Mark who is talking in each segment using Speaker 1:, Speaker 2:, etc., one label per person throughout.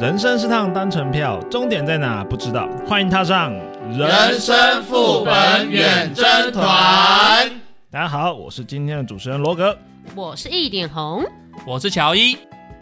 Speaker 1: 人生是趟单程票，终点在哪不知道，欢迎踏上
Speaker 2: 人生副本远征团。
Speaker 1: 大家好，我是今天的主持人罗格。
Speaker 3: 我是一点红，
Speaker 4: 我是乔伊。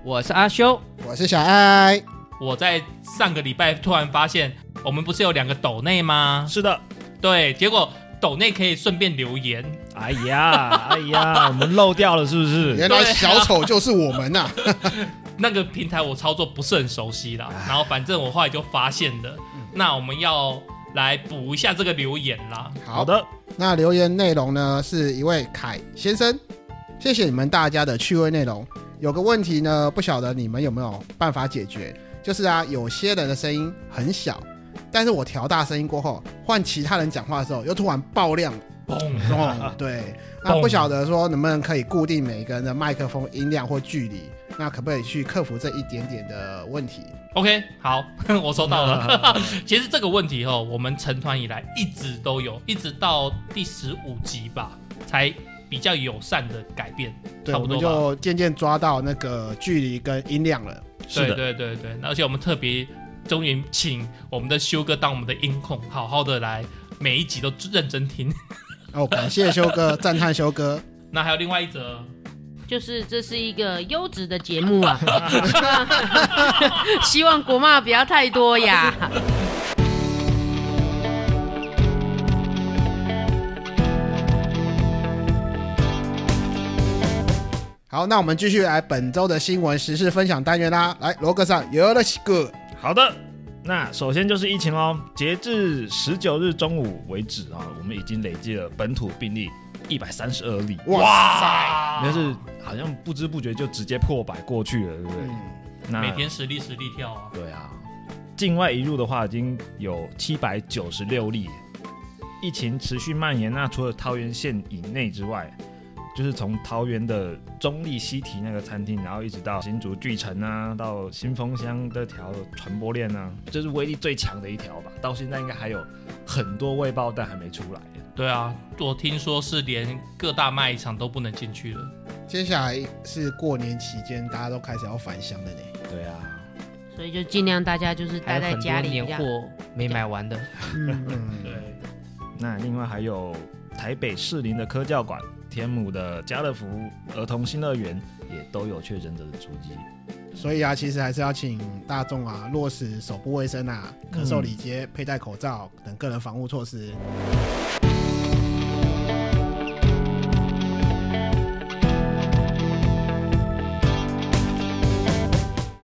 Speaker 5: 我是阿修，
Speaker 2: 我是小爱，
Speaker 4: 我在上个礼拜突然发现，我们不是有两个抖内吗？
Speaker 1: 是的，
Speaker 4: 对，结果抖内可以顺便留言，
Speaker 1: 哎呀， 哎呀，我们漏掉了是不是？
Speaker 2: 原来小丑就是我们啊呐、
Speaker 4: 那个平台我操作不是很熟悉啦。然后反正我后来就发现了，
Speaker 5: 嗯
Speaker 4: 那我们要来补一下这个留言啦。
Speaker 1: 好
Speaker 2: 好，
Speaker 1: 的，
Speaker 2: 那留言内容呢，是一位凯先生，谢谢你们大家的趣味内容。有个问题呢，不晓得你们有没有办法解决，就是啊，有些人的声音很小，但是我调大声音过后，换其他人讲话的时候，又突然爆亮，
Speaker 4: 嘣，
Speaker 2: 哦，对，那
Speaker 4: 嘣
Speaker 2: 不晓得说能不能可以固定每个人的麦克风音量或距离，那可不可以去克服这一点点的问题？
Speaker 4: OK，好， 我收到了。 其实这个问题哦，我们成团以来一直都有，一直到第十五集吧，才比较友善的改变。
Speaker 2: 对，
Speaker 4: 差
Speaker 2: 我
Speaker 4: 不
Speaker 2: 们
Speaker 4: 多吧
Speaker 2: 就渐渐抓到那个距离跟音量了。
Speaker 1: 是
Speaker 4: 对
Speaker 1: 的，
Speaker 4: 对对对，而且我们特别终于请我们的修哥当我们的音控，好好的来每一集都认真听。
Speaker 2: 哦，感谢修哥，赞叹修哥。
Speaker 4: 那还有另外一则，
Speaker 3: 就是这是一个优质的节目啊， 希望国骂不要太多呀。
Speaker 2: 好，那我们继续来本周的新闻时事分享单元啦。来，罗哥上，有了个
Speaker 1: 好的。那首先就是疫情喽，截至十九日中午为止啊，我们已经累计了本土病例一百三十二例，
Speaker 5: 啊
Speaker 4: 哇
Speaker 1: 但是好像不知不觉就直接破百过去了，对不对？
Speaker 2: 嗯，
Speaker 1: 那
Speaker 4: 每天实力实力跳啊，
Speaker 1: 对啊，境外移入的话已经有七百九十六例，疫情持续蔓延。那除了桃园县以内之外，就是从桃园的中立西堤那个餐厅，然后一直到新竹巨城啊，到新丰乡这条传播链啊，这是威力最强的一条吧。到现在应该还有很多未爆弹还没出来。
Speaker 4: 对啊，我听说是连各大卖场都不能进去了。
Speaker 2: 接下来是过年期间，大家都开始要返乡了呢。
Speaker 1: 对啊，
Speaker 3: 所以就尽量大家就是
Speaker 5: 还
Speaker 3: 待在
Speaker 5: 有很
Speaker 3: 家
Speaker 5: 多
Speaker 3: 里
Speaker 5: 年
Speaker 3: 这样。
Speaker 5: 货没买完的，
Speaker 2: 嗯嗯，
Speaker 4: 对，
Speaker 1: 那另外还有台北士林的科教馆、天母的家乐福儿童新乐园也都有确诊者的足迹。
Speaker 2: 所以啊，其实还是要请大众啊落实手部卫生啊、
Speaker 4: 嗯
Speaker 2: 咳嗽礼节、佩戴口罩等个人防护措施。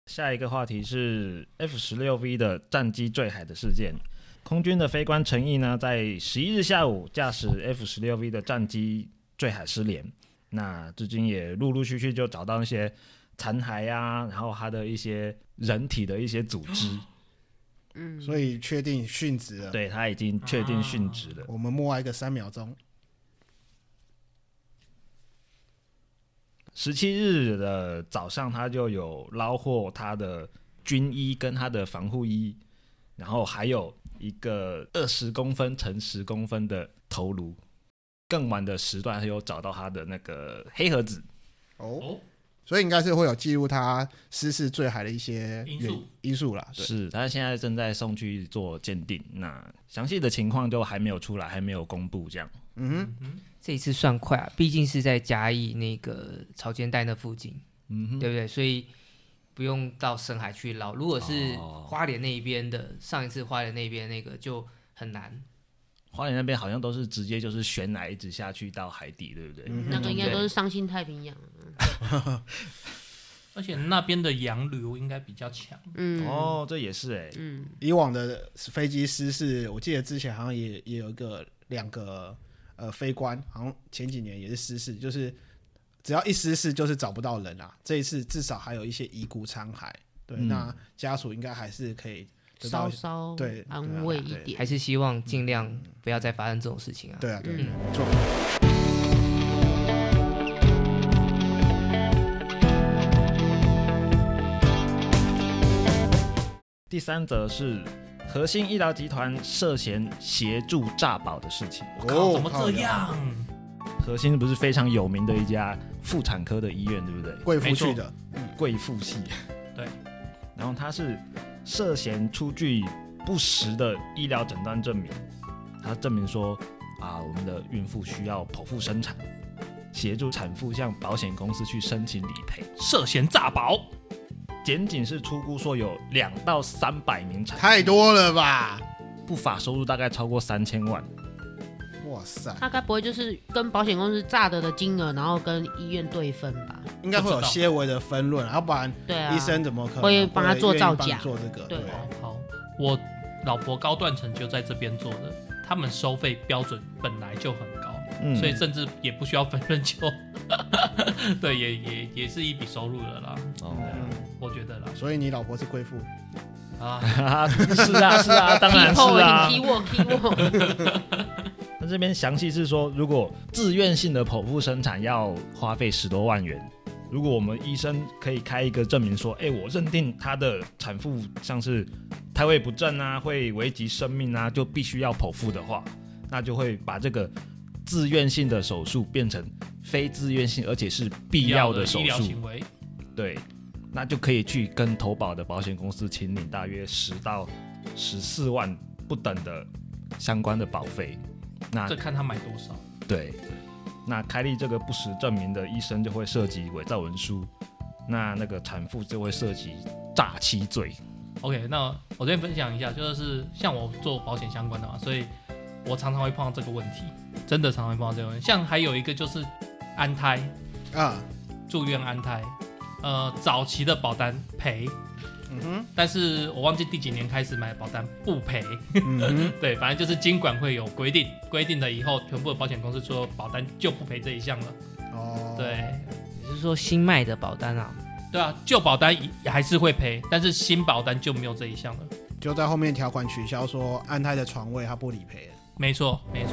Speaker 1: 下一个话题是 F 十六 V 的战机坠海的事件。空军的飞官陈毅呢，在十一日下午驾驶 F 十六 V 的战机坠海失联。那至今也陆陆续续就找到一些残骸啊，然后他的一些人体的一些组织，
Speaker 3: 嗯，
Speaker 2: 所以确定殉职了。
Speaker 1: 对他已经确定殉职了。
Speaker 2: 我们默哀个三秒钟。
Speaker 1: 十七日的早上，他就有捞获他的军衣跟他的防护衣，然后还有一个二十公分乘十公分的头颅。更晚的时段，他有找到他的那个黑盒子。
Speaker 2: 哦，
Speaker 4: 哦，
Speaker 2: 所以应该是会有记录他失事坠海的一些
Speaker 4: 因
Speaker 2: 原
Speaker 4: 素
Speaker 2: 因素啦。啊对，
Speaker 1: 是，他现在正在送去做鉴定，那详细的情况就还没有出来，还没有公布。这样，
Speaker 2: 嗯哼。
Speaker 5: 这一次算快啊，毕竟是在嘉义那个潮间带那附近，
Speaker 1: 嗯哼，
Speaker 5: 对不对？所以不用到深海去捞。如果是
Speaker 1: 哦
Speaker 5: 花莲那一边的，上一次花莲那边那个就很难。
Speaker 1: 花莲那边好像都是直接就是悬崖一直下去到海底，对不对？
Speaker 2: 嗯
Speaker 3: 那个应该都是伤心太平洋。
Speaker 4: 而且那边的洋流应该比较强。
Speaker 3: 嗯，
Speaker 1: 哦，这也是哎、
Speaker 3: 嗯，
Speaker 2: 以往的飞机失事，我记得之前好像也也有一个两个呃飞官，好像前几年也是失事，就是只要一失事就是找不到人啊。这一次至少还有一些遗骨残骸，对，
Speaker 1: 嗯
Speaker 2: 那家属应该还是可以得到
Speaker 3: 稍。稍
Speaker 2: 对对啊
Speaker 3: 安慰一
Speaker 2: 对
Speaker 3: 点
Speaker 5: 还。是希望尽量不要再发生这种事情啊。
Speaker 2: 对啊，对，
Speaker 3: 嗯
Speaker 2: 对没错。
Speaker 1: 第三则是核心医疗集团涉嫌协助诈保的事情。
Speaker 4: 我靠，怎么
Speaker 2: 哦靠
Speaker 4: 这样？
Speaker 1: 核心不是非常有名的一家妇产科的医院，对不对？
Speaker 2: 贵妇去的，
Speaker 1: 贵妇系。
Speaker 4: 嗯对。
Speaker 1: 然后他是涉嫌出具不实的医疗诊断证明，他证明说啊，我们的孕妇需要剖腹生产，协助产妇向保险公司去申请理赔。
Speaker 4: 涉嫌诈保，
Speaker 1: 检警是出估说有两到三百名产妇
Speaker 2: 太多了吧？
Speaker 1: 不法收入大概超过三千万，
Speaker 2: 哇塞，
Speaker 3: 他该不会就是跟保险公司诈得的金额，然后跟医院对分吧？
Speaker 2: 应该会有些微的分论，要不然
Speaker 3: 对啊，
Speaker 2: 医生啊怎么可能
Speaker 3: 会帮他做
Speaker 2: 会愿意
Speaker 3: 造假
Speaker 2: 帮做这个？
Speaker 3: 对
Speaker 4: 好好，我老婆高段成就在这边做的，他们收费标准本来就很高，
Speaker 1: 嗯，
Speaker 4: 所以甚至也不需要分润就， 对，也也也是一笔收入了啦，
Speaker 1: 哦
Speaker 2: 嗯
Speaker 4: 我觉得啦，
Speaker 2: 所以你老婆是贵妇，
Speaker 4: 啊，
Speaker 1: 啊是啊是啊，当然是啊。
Speaker 3: 踢我踢我踢
Speaker 1: 那这边详细是说，如果自愿性的剖腹生产要花费十多万元，如果我们医生可以开一个证明说，哎、我认定她的产妇像是胎位不正啊，会危及生命啊，就必须要剖腹的话，那就会把这个自愿性的手术变成非自愿性，而且是必要的手
Speaker 4: 医疗
Speaker 1: 术。
Speaker 4: 行为，
Speaker 1: 对，那就可以去跟投保的保险公司请领大约十到十四万不等的相关的保费。那
Speaker 4: 这看他买多少。
Speaker 1: 对，那开立这个不实证明的医生就会涉及伪造文书，那那个产妇就会涉及诈欺罪。
Speaker 4: OK，那我这边分享一下，就是像我做保险相关的嘛，所以我常常会碰到这个问题，真的常常会碰到这个问题。像还有一个就是安胎，
Speaker 2: 啊，
Speaker 4: 住院安胎，呃，早期的保单赔，
Speaker 2: 嗯哼，
Speaker 4: 但是我忘记第几年开始买的保单不赔，
Speaker 2: 嗯哼，
Speaker 4: 对，反正就是金管会有规定，规定了以后，全部的保险公司说保单就不赔这一项了，
Speaker 2: 哦，
Speaker 4: 对，
Speaker 5: 你是说新卖的保单啊？
Speaker 4: 对啊，旧保单也还是会赔，但是新保单就没有这一项了，
Speaker 2: 就在后面条款取消说安胎的床位他不理赔了。
Speaker 4: 没错，没错。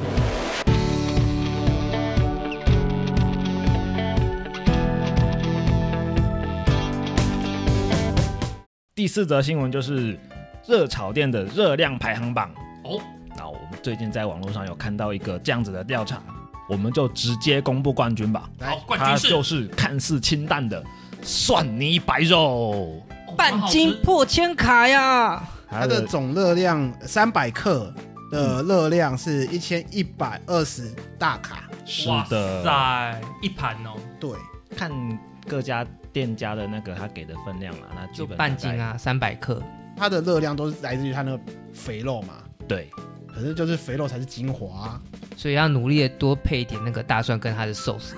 Speaker 1: 第四则新闻就是热炒店的热量排行榜。
Speaker 4: 哦，
Speaker 1: 那我们最近在网络上有看到一个这样子的调查，我们就直接公布冠军吧。
Speaker 4: 好，冠
Speaker 1: 它
Speaker 4: 军是哦
Speaker 1: 就是看似清淡的蒜泥白肉，
Speaker 4: 哦
Speaker 5: 半斤破千卡呀！
Speaker 2: 它的嗯总热量三百克的热量是一千一百二十大卡，
Speaker 1: 是
Speaker 4: 哇
Speaker 1: 的，
Speaker 4: 塞，一盘哦，
Speaker 2: 对，
Speaker 1: 看各家店家的那个他给的分量嘛，那基
Speaker 5: 就
Speaker 1: 本
Speaker 5: 半斤啊，三百克，
Speaker 2: 它的热量都是来自于它那个肥肉嘛，
Speaker 1: 大概。对，
Speaker 2: 可是就是肥肉才是精华啊、
Speaker 5: 所以要努力的多配一点那个大蒜跟它的寿司。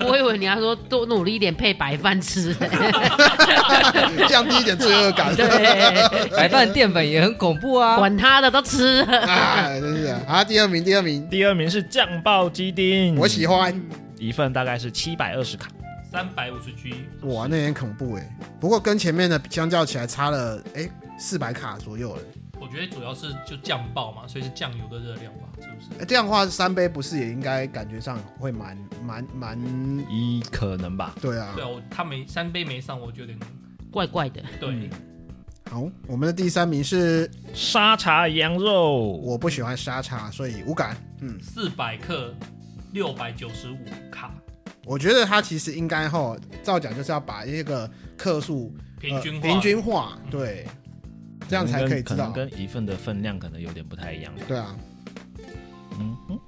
Speaker 3: 我！我以为你要说多努力一点配白饭吃、
Speaker 2: 降低一点罪恶 感。
Speaker 3: 对，
Speaker 5: 白饭淀粉也很恐怖啊。
Speaker 3: 管他的都吃了。
Speaker 2: 啊，真是啊！好第二名，第二名，
Speaker 1: 第二名是酱爆鸡丁，
Speaker 2: 我喜欢。
Speaker 1: 一份大概是七百二十卡，
Speaker 4: 三百五十 G，
Speaker 2: 哇，那也很恐怖哎、不过跟前面的相较起来，差了哎四百卡左右了。
Speaker 4: 我觉得主要是就酱爆嘛，所以是酱油的热量吧，是不是？
Speaker 2: 哎，这样的话，三杯不是也应该感觉上会蛮蛮蛮？
Speaker 1: 一可能吧。
Speaker 2: 对啊
Speaker 4: 对，啊，我他没三杯没上，我就有点
Speaker 3: 怪怪的，
Speaker 2: 嗯
Speaker 4: 对，
Speaker 2: 好，我们的第三名是
Speaker 1: 沙茶羊肉，
Speaker 2: 我不喜欢沙茶，所以无感。嗯，
Speaker 4: 四百克六百九十五卡，
Speaker 2: 我觉得它其实应该吼，照讲就是要把这个克数
Speaker 4: 平均
Speaker 2: 呃、
Speaker 4: 化嗯
Speaker 2: 平均化，对，这样才可以知
Speaker 1: 可能
Speaker 2: 道。
Speaker 1: 跟一份的分量可能有点不太一样。
Speaker 2: 对啊，
Speaker 1: 嗯哼，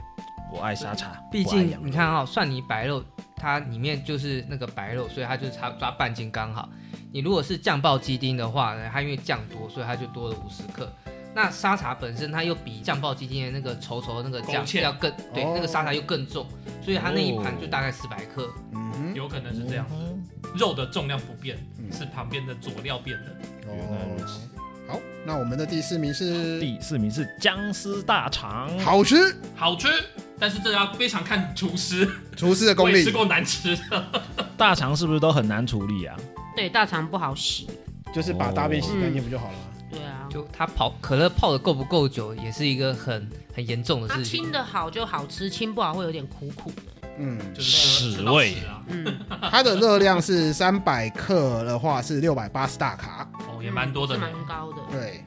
Speaker 1: 我爱沙茶，
Speaker 5: 毕
Speaker 1: 我爱
Speaker 5: 竟
Speaker 1: 羊肉
Speaker 5: 你看啊、蒜泥白肉它里面就是那个白肉，所以它就差抓半斤刚好。你如果是酱爆鸡丁的话呢，它因为酱多，所以它就多了五十克。那沙茶本身它又比酱爆鸡丁的那个稠稠的那个酱
Speaker 4: 勾芡
Speaker 5: 要更对，
Speaker 2: 哦
Speaker 5: 那个沙茶又更重，所以它那一盘就大概四百克。
Speaker 2: 嗯哼，
Speaker 4: 有可能是这
Speaker 2: 哦
Speaker 4: 样，
Speaker 1: 嗯
Speaker 4: 肉的重量不变，
Speaker 2: 嗯
Speaker 4: 是旁边的佐料变的。
Speaker 1: 原来如此。
Speaker 2: 好，那我们的第四名是
Speaker 1: 第四名是姜丝大肠，
Speaker 2: 好吃，
Speaker 4: 好吃，但是这要非常看厨师，
Speaker 2: 厨师的
Speaker 4: 我
Speaker 2: 功
Speaker 4: 也
Speaker 2: 力
Speaker 4: 吃。过难吃的。
Speaker 1: 大肠是不是都很难处理啊？
Speaker 3: 对，大肠不好洗。
Speaker 2: 就是把大便洗干净不就好了吗？
Speaker 3: 对啊，
Speaker 5: 就它泡可乐泡的够不够久，也是一个很很严重的
Speaker 3: 它
Speaker 5: 事情
Speaker 3: 清。的好就好吃，清不好会有点苦苦的。
Speaker 2: 嗯，
Speaker 4: 就是
Speaker 1: 屎
Speaker 4: 吃到
Speaker 1: 味
Speaker 4: 屎啊，
Speaker 3: 嗯，
Speaker 2: 它的热量是三百克的话是六百八十大卡，
Speaker 4: 哦，也蛮多的
Speaker 3: 是
Speaker 4: 呢。
Speaker 3: 蛮高的。
Speaker 2: 对，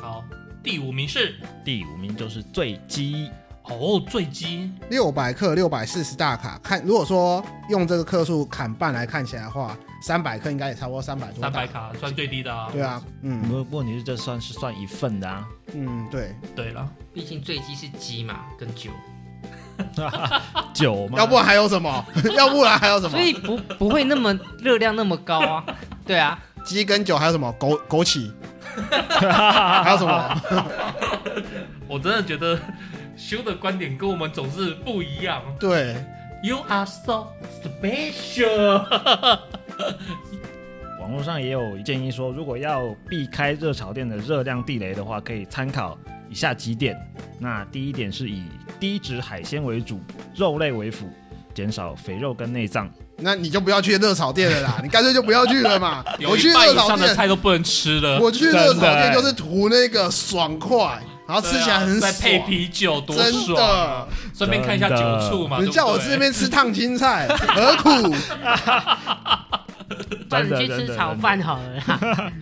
Speaker 4: 好，第五名是
Speaker 1: 第五名就是醉鸡，
Speaker 4: 哦，醉鸡
Speaker 2: 六百克六百四十大卡，看如果说用这个克数砍半来看起来的话，三百克应该也差不多三百多
Speaker 4: 三
Speaker 2: 大
Speaker 4: 百
Speaker 2: 卡。
Speaker 4: 卡算最低的啊。
Speaker 2: 对啊，嗯
Speaker 1: 问问题是这算是算一份的啊，
Speaker 2: 嗯，对，
Speaker 4: 对了，
Speaker 5: 毕竟醉鸡是鸡嘛，跟酒，
Speaker 1: 酒吗？
Speaker 2: 要不然还有什么？ 要不然还有什么
Speaker 5: 所？以不不会那么热量那么高啊。对啊，
Speaker 2: 鸡跟酒还有什么？枸枸杞，还有什么？
Speaker 4: 我真的觉得修的观点跟我们总是不一样。
Speaker 2: 对，
Speaker 4: You are so special
Speaker 1: 网络上也有建议说，如果要避开热炒店的热量地雷的话，可以参考以下几点。那第一点是以低脂海鲜为主，肉类为辅，减少肥肉跟内脏。
Speaker 2: 那你就不要去热炒店了啦，你干脆就不要去了嘛。我去
Speaker 4: 一半
Speaker 2: 热
Speaker 4: 以
Speaker 2: 炒
Speaker 4: 上的
Speaker 2: 店，
Speaker 4: 菜都不能吃了。
Speaker 2: 我去热炒
Speaker 1: 真的
Speaker 2: 店
Speaker 1: 欸
Speaker 2: 就是图那个爽快，然后吃起来很
Speaker 4: 对啊再，
Speaker 2: 爽
Speaker 4: 配啤酒多
Speaker 2: 真
Speaker 4: 爽啊！
Speaker 2: 的。
Speaker 4: 顺便看一下
Speaker 1: 真
Speaker 4: 酒
Speaker 1: 的
Speaker 4: 醋嘛。
Speaker 2: 你
Speaker 4: 对不
Speaker 2: 叫我
Speaker 4: 对
Speaker 2: 这边吃烫青菜，何苦？
Speaker 3: 不然你
Speaker 1: 真的
Speaker 3: 去
Speaker 1: 真
Speaker 3: 吃
Speaker 1: 的
Speaker 3: 炒饭好了啦。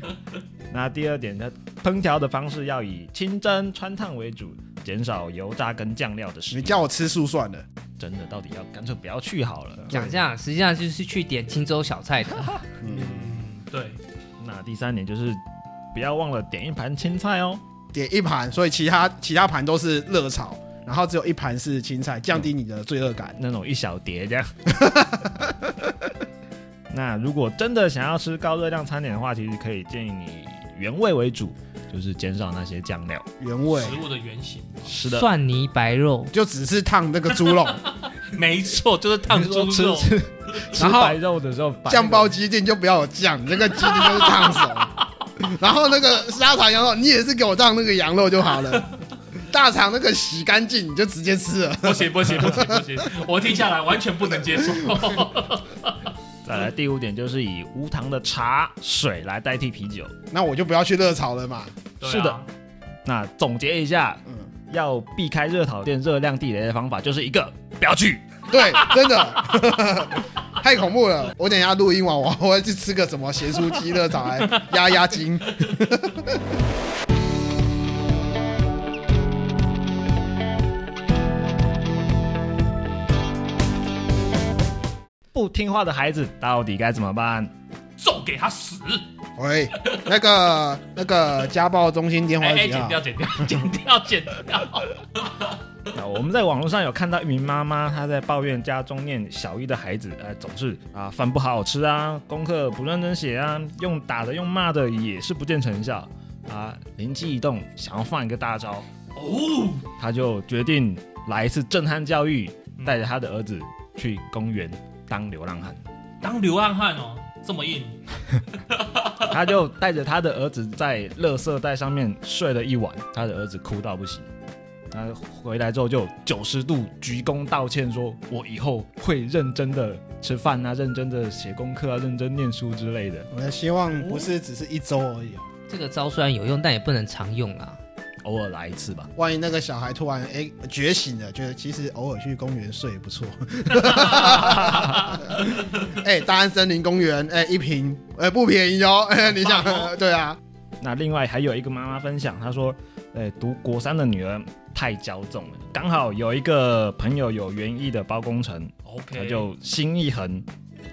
Speaker 1: 那第二点呢，烹调的方式要以清蒸、穿烫为主，减少油炸跟酱料的使
Speaker 2: 你
Speaker 1: 用。
Speaker 2: 叫我吃素算了。
Speaker 1: 真的到底要干脆不要去好了。
Speaker 5: 讲这样，实际上就是去点青州小菜的。
Speaker 4: 嗯，对，
Speaker 1: 那第三点就是不要忘了点一盘青菜哦。
Speaker 2: 点一盘，所以其他其他盘都是热炒，然后只有一盘是青菜，降低你的罪恶感。
Speaker 1: 那种一小碟这样。 那如果真的想要吃高热量餐点的话，其实可以建议你原味为主，就是减少那些酱料。
Speaker 2: 原味
Speaker 4: 食物的原型，
Speaker 1: 是的，
Speaker 5: 蒜泥白肉，
Speaker 2: 就只是烫那个猪肉，
Speaker 4: 没错，就是烫猪
Speaker 1: 吃
Speaker 4: 肉。
Speaker 1: 吃吃
Speaker 2: 然后
Speaker 1: 白肉的时候，把那个
Speaker 2: 酱包鸡丁就不要有酱，那个鸡丁就是烫手。然后那个沙茶羊肉，你也是给我烫那个羊肉就好了。大肠那个洗干净，你就直接吃了。
Speaker 4: 不行不行不行不行，我听下来完全不能接受。
Speaker 1: 再来第五点就是以无糖的茶水来代替啤酒。
Speaker 2: 那我就不要去热炒了嘛。
Speaker 4: 对啊
Speaker 1: 是的，那总结一下，
Speaker 2: 嗯
Speaker 1: 要避开热炒店热量地雷的方法就是一个不要去。
Speaker 2: 对，真的 太恐怖了。我等一下录音完，我我要去吃个什么咸酥鸡热炒来压压惊。
Speaker 1: 不听话的孩子到底该怎么办？
Speaker 4: 揍给他死！
Speaker 2: 喂，那个那个家暴中心电话啊
Speaker 4: 哎哎，
Speaker 2: 是几
Speaker 4: 剪
Speaker 2: 号？
Speaker 4: 掉剪掉剪掉剪掉！
Speaker 1: 啊，我们在网络上有看到一名妈妈，她在抱怨家中念小一的孩子，呃，总是啊饭不好好吃啊，功课不认真写啊，用打的用骂的也是不见成效啊。灵机一动，想要放一个大招，
Speaker 4: 哦，
Speaker 1: 她就决定来一次震撼教育，
Speaker 4: 嗯
Speaker 1: 带着她的儿子去公园当流浪汉。
Speaker 4: 当流浪汉哦，这么硬，
Speaker 1: 她就带着她的儿子在垃圾袋上面睡了一晚，她的儿子哭到不行。他回来之后就九十度鞠躬道歉，说我以后会认真的吃饭啊，认真的写功课啊，认真念书之类的。
Speaker 2: 我的希望不是只是一周而已哦、
Speaker 5: 这个招虽然有用，但也不能常用啊。
Speaker 1: 偶尔来一次吧。
Speaker 2: 万一那个小孩突然哎、觉醒了，觉得其实偶尔去公园睡也不错。 哎、大安森林公园哎、一瓶哎、不便宜哦。哎、你 想
Speaker 4: 很棒哦
Speaker 2: 对啊，
Speaker 1: 那另外还有一个妈妈分享，她说，呃，读国三的女儿太骄纵了。刚好有一个朋友有园艺的包工程，她
Speaker 4: OK，
Speaker 1: 就心一横，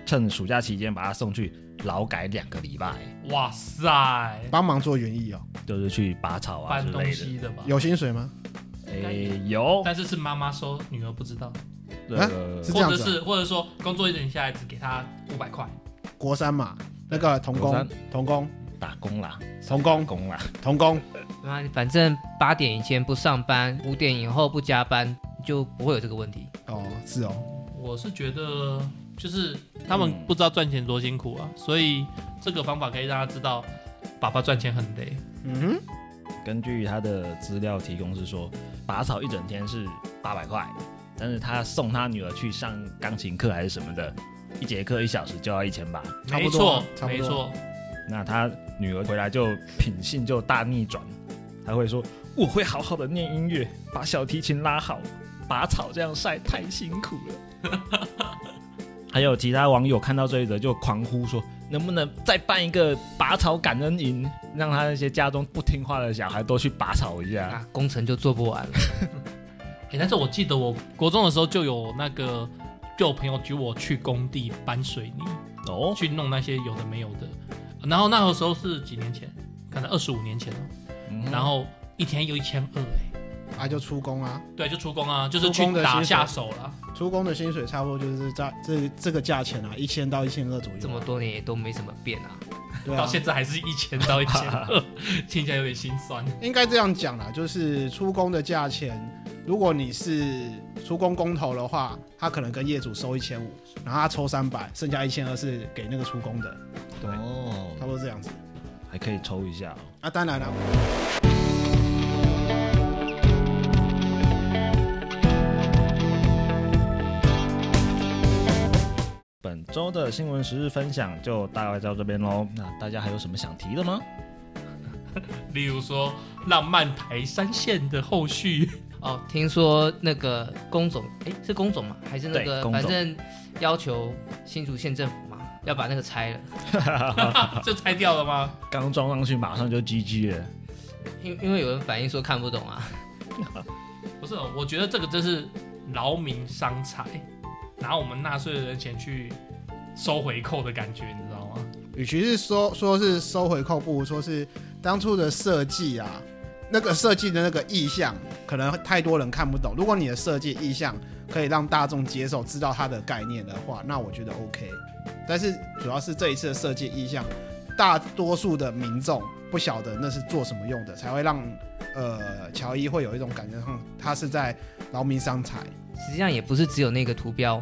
Speaker 1: 趁暑假期间把她送去劳改两个礼拜，
Speaker 4: 哇塞，
Speaker 2: 帮忙做园艺哦，
Speaker 1: 就是去拔草啊
Speaker 4: 搬
Speaker 1: 之
Speaker 4: 东
Speaker 1: 类的。
Speaker 4: 西的吧？
Speaker 2: 有薪水吗？
Speaker 1: 诶、有，
Speaker 4: 但是是妈妈收，女儿不知道，
Speaker 2: 啊
Speaker 1: 呃
Speaker 2: 是这
Speaker 4: 或
Speaker 2: 样
Speaker 4: 者
Speaker 2: 子啊
Speaker 4: 是或者说工作一整下来只给他五百块，
Speaker 2: 国三嘛，那个童
Speaker 1: 国
Speaker 2: 工
Speaker 1: 三
Speaker 2: 童工
Speaker 1: 打工啦，
Speaker 2: 童工
Speaker 1: 工啦。
Speaker 2: 童工，
Speaker 5: 对啊，反正八点以前不上班，五点以后不加班，就不会有这个问题。
Speaker 2: 哦是哦，
Speaker 4: 我是觉得，就是他们
Speaker 1: 嗯
Speaker 4: 不知道赚钱多辛苦啊，所以这个方法可以让他知道，爸爸赚钱很累。
Speaker 2: 嗯
Speaker 1: 根据他的资料提供是说，拔草一整天是八百块，但是他送他女儿去上钢琴课还是什么的，一节课一小时就要一千八。
Speaker 2: 差
Speaker 4: 没
Speaker 2: 不多
Speaker 4: 错
Speaker 2: 啊，差不
Speaker 4: 没
Speaker 2: 多
Speaker 4: 错，
Speaker 1: 那他女儿回来就品性就大逆转，他会说我会好好的念音乐，把小提琴拉好，拔草这样晒太辛苦了。 还有其他网友看到这一则就狂呼说，能不能再办一个拔草感恩营，让
Speaker 5: 啊
Speaker 1: 他那些家中不听话的小孩都去拔草一下？
Speaker 5: 啊，工程就做不完了。
Speaker 4: 哎、诶但是我记得我国中的时候就有那个，就有朋友举我去工地搬水泥，
Speaker 1: 哦，
Speaker 4: 去弄那些有的没有的。然后那个时候是几年前，可能二十五年前了。
Speaker 1: 嗯
Speaker 4: 然后一天有一千二，哎，
Speaker 2: 啊，就出工啊，
Speaker 4: 对，就出工啊，就是
Speaker 2: 出工
Speaker 4: 去
Speaker 2: 的
Speaker 4: 打
Speaker 2: 薪水
Speaker 4: 下手了。
Speaker 2: 出工的薪水差不多就是在这这个价钱啊，一千到一千二左右啊。
Speaker 5: 这么多年也都没什么变啊。
Speaker 2: 对
Speaker 4: 到
Speaker 2: 啊，
Speaker 4: 现在还是一千到一千二，听起来有点心酸。
Speaker 2: 应该这样讲啦，就是出工的价钱，如果你是出工工头的话，他可能跟业主收一千五，然后他抽三百，剩下一千二是给那个出工的，
Speaker 1: 哦，
Speaker 2: 差不多这样子。
Speaker 1: 还可以抽一下哦。
Speaker 2: 啊，当然了，
Speaker 1: 本周的新闻时事分享就大概到这边喽。那大家还有什么想提的吗？
Speaker 4: 例如说，浪漫台三线的后续，
Speaker 5: 哦，听说那个工总，哎，是工总吗？还是那
Speaker 1: 对
Speaker 5: 个
Speaker 1: 工
Speaker 5: 反
Speaker 1: 总
Speaker 5: 正要求新竹县政府嘛，要把那个拆了，
Speaker 4: 就拆掉了吗？
Speaker 1: 刚装上去马上就 GG 了。
Speaker 5: 因因为有人反映说看不懂啊。
Speaker 4: 不是，我觉得这个真是劳民伤财，拿我们纳税人的钱去收回扣的感觉，你知道吗？
Speaker 2: 与其是说说是收回扣，不如说是当初的设计啊，那个设计的那个意向，可能太多人看不懂。如果你的设计意向可以让大众接受，知道它的概念的话，那我觉得 OK。但是主要是这一次的设计意向，大多数的民众不晓得那是做什么用的，才会让呃乔伊会有一种感觉，哼，他是在劳民伤财。
Speaker 5: 实际上也不是只有那个图标，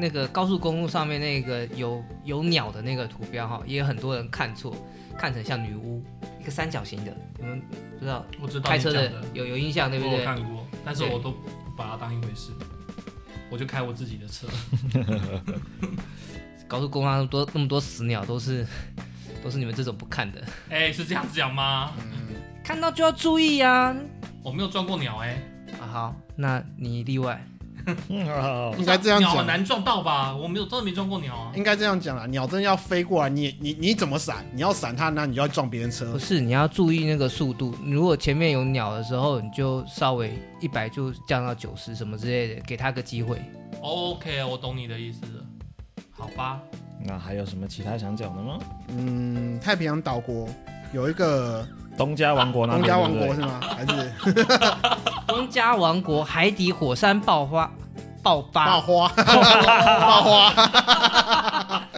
Speaker 5: 那个高速公路上面那个有有鸟的那个图标哈，也有很多人看错，看成像女巫，一个三角形的，你们不知道
Speaker 4: 我知道
Speaker 5: 开
Speaker 4: 你
Speaker 5: 车
Speaker 4: 讲
Speaker 5: 的
Speaker 4: 的，
Speaker 5: 有有印象对不
Speaker 4: 我有
Speaker 5: 对？
Speaker 4: 看过，但是
Speaker 5: 对
Speaker 4: 我都不把它当一回事，我就开我自己的车。
Speaker 5: 高速公路上多那么多死鸟都是都是你们这种不看的，
Speaker 4: 哎、是这样子讲吗？
Speaker 5: 看到就要注意呀、
Speaker 4: 我没有撞过鸟、哎，
Speaker 5: 啊，好，那你例外。
Speaker 2: 应该这样
Speaker 4: 鸟很
Speaker 2: 讲，
Speaker 4: 难撞到吧？我没有，真的没撞过鸟啊。
Speaker 2: 应该这样讲啦。鸟真的要飞过来，你你你怎么闪？你要闪它，那你就要撞别人车
Speaker 5: 不。是，你要注意那个速度。你如果前面有鸟的时候，你就稍微一百就降到九十什么之类的，给他个机会。
Speaker 4: OK，我懂你的意思了。好吧，
Speaker 1: 那还有什么其他想讲的吗？
Speaker 2: 嗯，太平洋岛国有一个
Speaker 1: 东家王国那
Speaker 2: 东
Speaker 1: 边，
Speaker 2: 家王
Speaker 1: 对不对
Speaker 2: 国是吗？还是
Speaker 5: 东加王国海底火山爆发，爆
Speaker 2: 爆
Speaker 5: 发
Speaker 2: 花？爆花？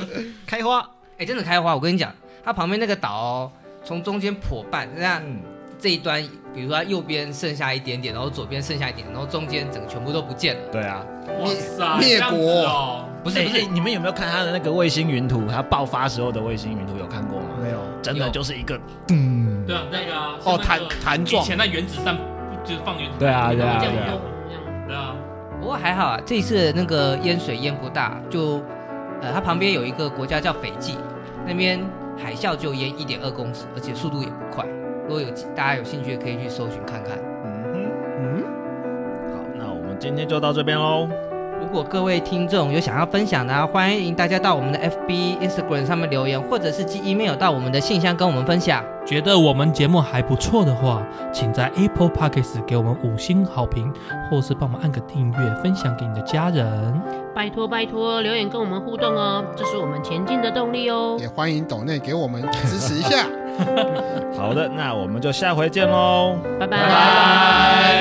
Speaker 5: 开花，哎、真的开花！我跟你讲，它旁边那个岛、哦，从中间破半，那
Speaker 1: 嗯，
Speaker 5: 这一端，比如说它右边剩下一点点，然后左边剩下一点，然后中间整个全部都不见了。
Speaker 1: 对啊。
Speaker 4: 哇塞，
Speaker 2: 灭
Speaker 4: 这样子
Speaker 2: 国
Speaker 4: 哦，
Speaker 5: 不是不
Speaker 1: 哎
Speaker 5: 是，
Speaker 1: 哎你们有没有看他的那个卫星云图？他爆发时候的卫星云图有看过吗？
Speaker 2: 没有
Speaker 1: 真的
Speaker 5: 有
Speaker 1: 就是一个
Speaker 4: 对啊，那个啊，像
Speaker 2: 哦，
Speaker 4: 那
Speaker 2: 弹
Speaker 4: 个
Speaker 2: 弹
Speaker 4: 以
Speaker 2: 撞
Speaker 4: 前那原子弹就是放原子弹，
Speaker 1: 对啊
Speaker 4: 那个
Speaker 1: 对啊
Speaker 4: 叫
Speaker 3: 这
Speaker 1: 对
Speaker 3: 样
Speaker 1: 啊
Speaker 4: 用
Speaker 3: 用这样，
Speaker 4: 对啊，
Speaker 5: 不过还好啊，这一次的那个淹水淹不大，就呃，它旁边有一个国家叫斐济，那边海啸就淹一点二公尺，而且速度也不快。如果有大家有兴趣，可以去搜寻看看。
Speaker 1: 嗯哼。
Speaker 2: 嗯，
Speaker 1: 好，那我们今天就到这边喽。
Speaker 5: 如果各位听众有想要分享的、啊，欢迎大家到我们的 FB、Instagram 上面留言，或者是寄 email 到我们的信箱跟我们分享。
Speaker 4: 觉得我们节目还不错的话，请在 Apple Podcast 给我们五星好评，或是帮我们按个订阅，分享给你的家人。
Speaker 3: 拜托拜托，留言跟我们互动哦，这是我们前进的动力哦。
Speaker 2: 也欢迎抖内给我们支持一下。
Speaker 1: 好的，那我们就下回见喽。
Speaker 3: 拜
Speaker 4: 拜拜。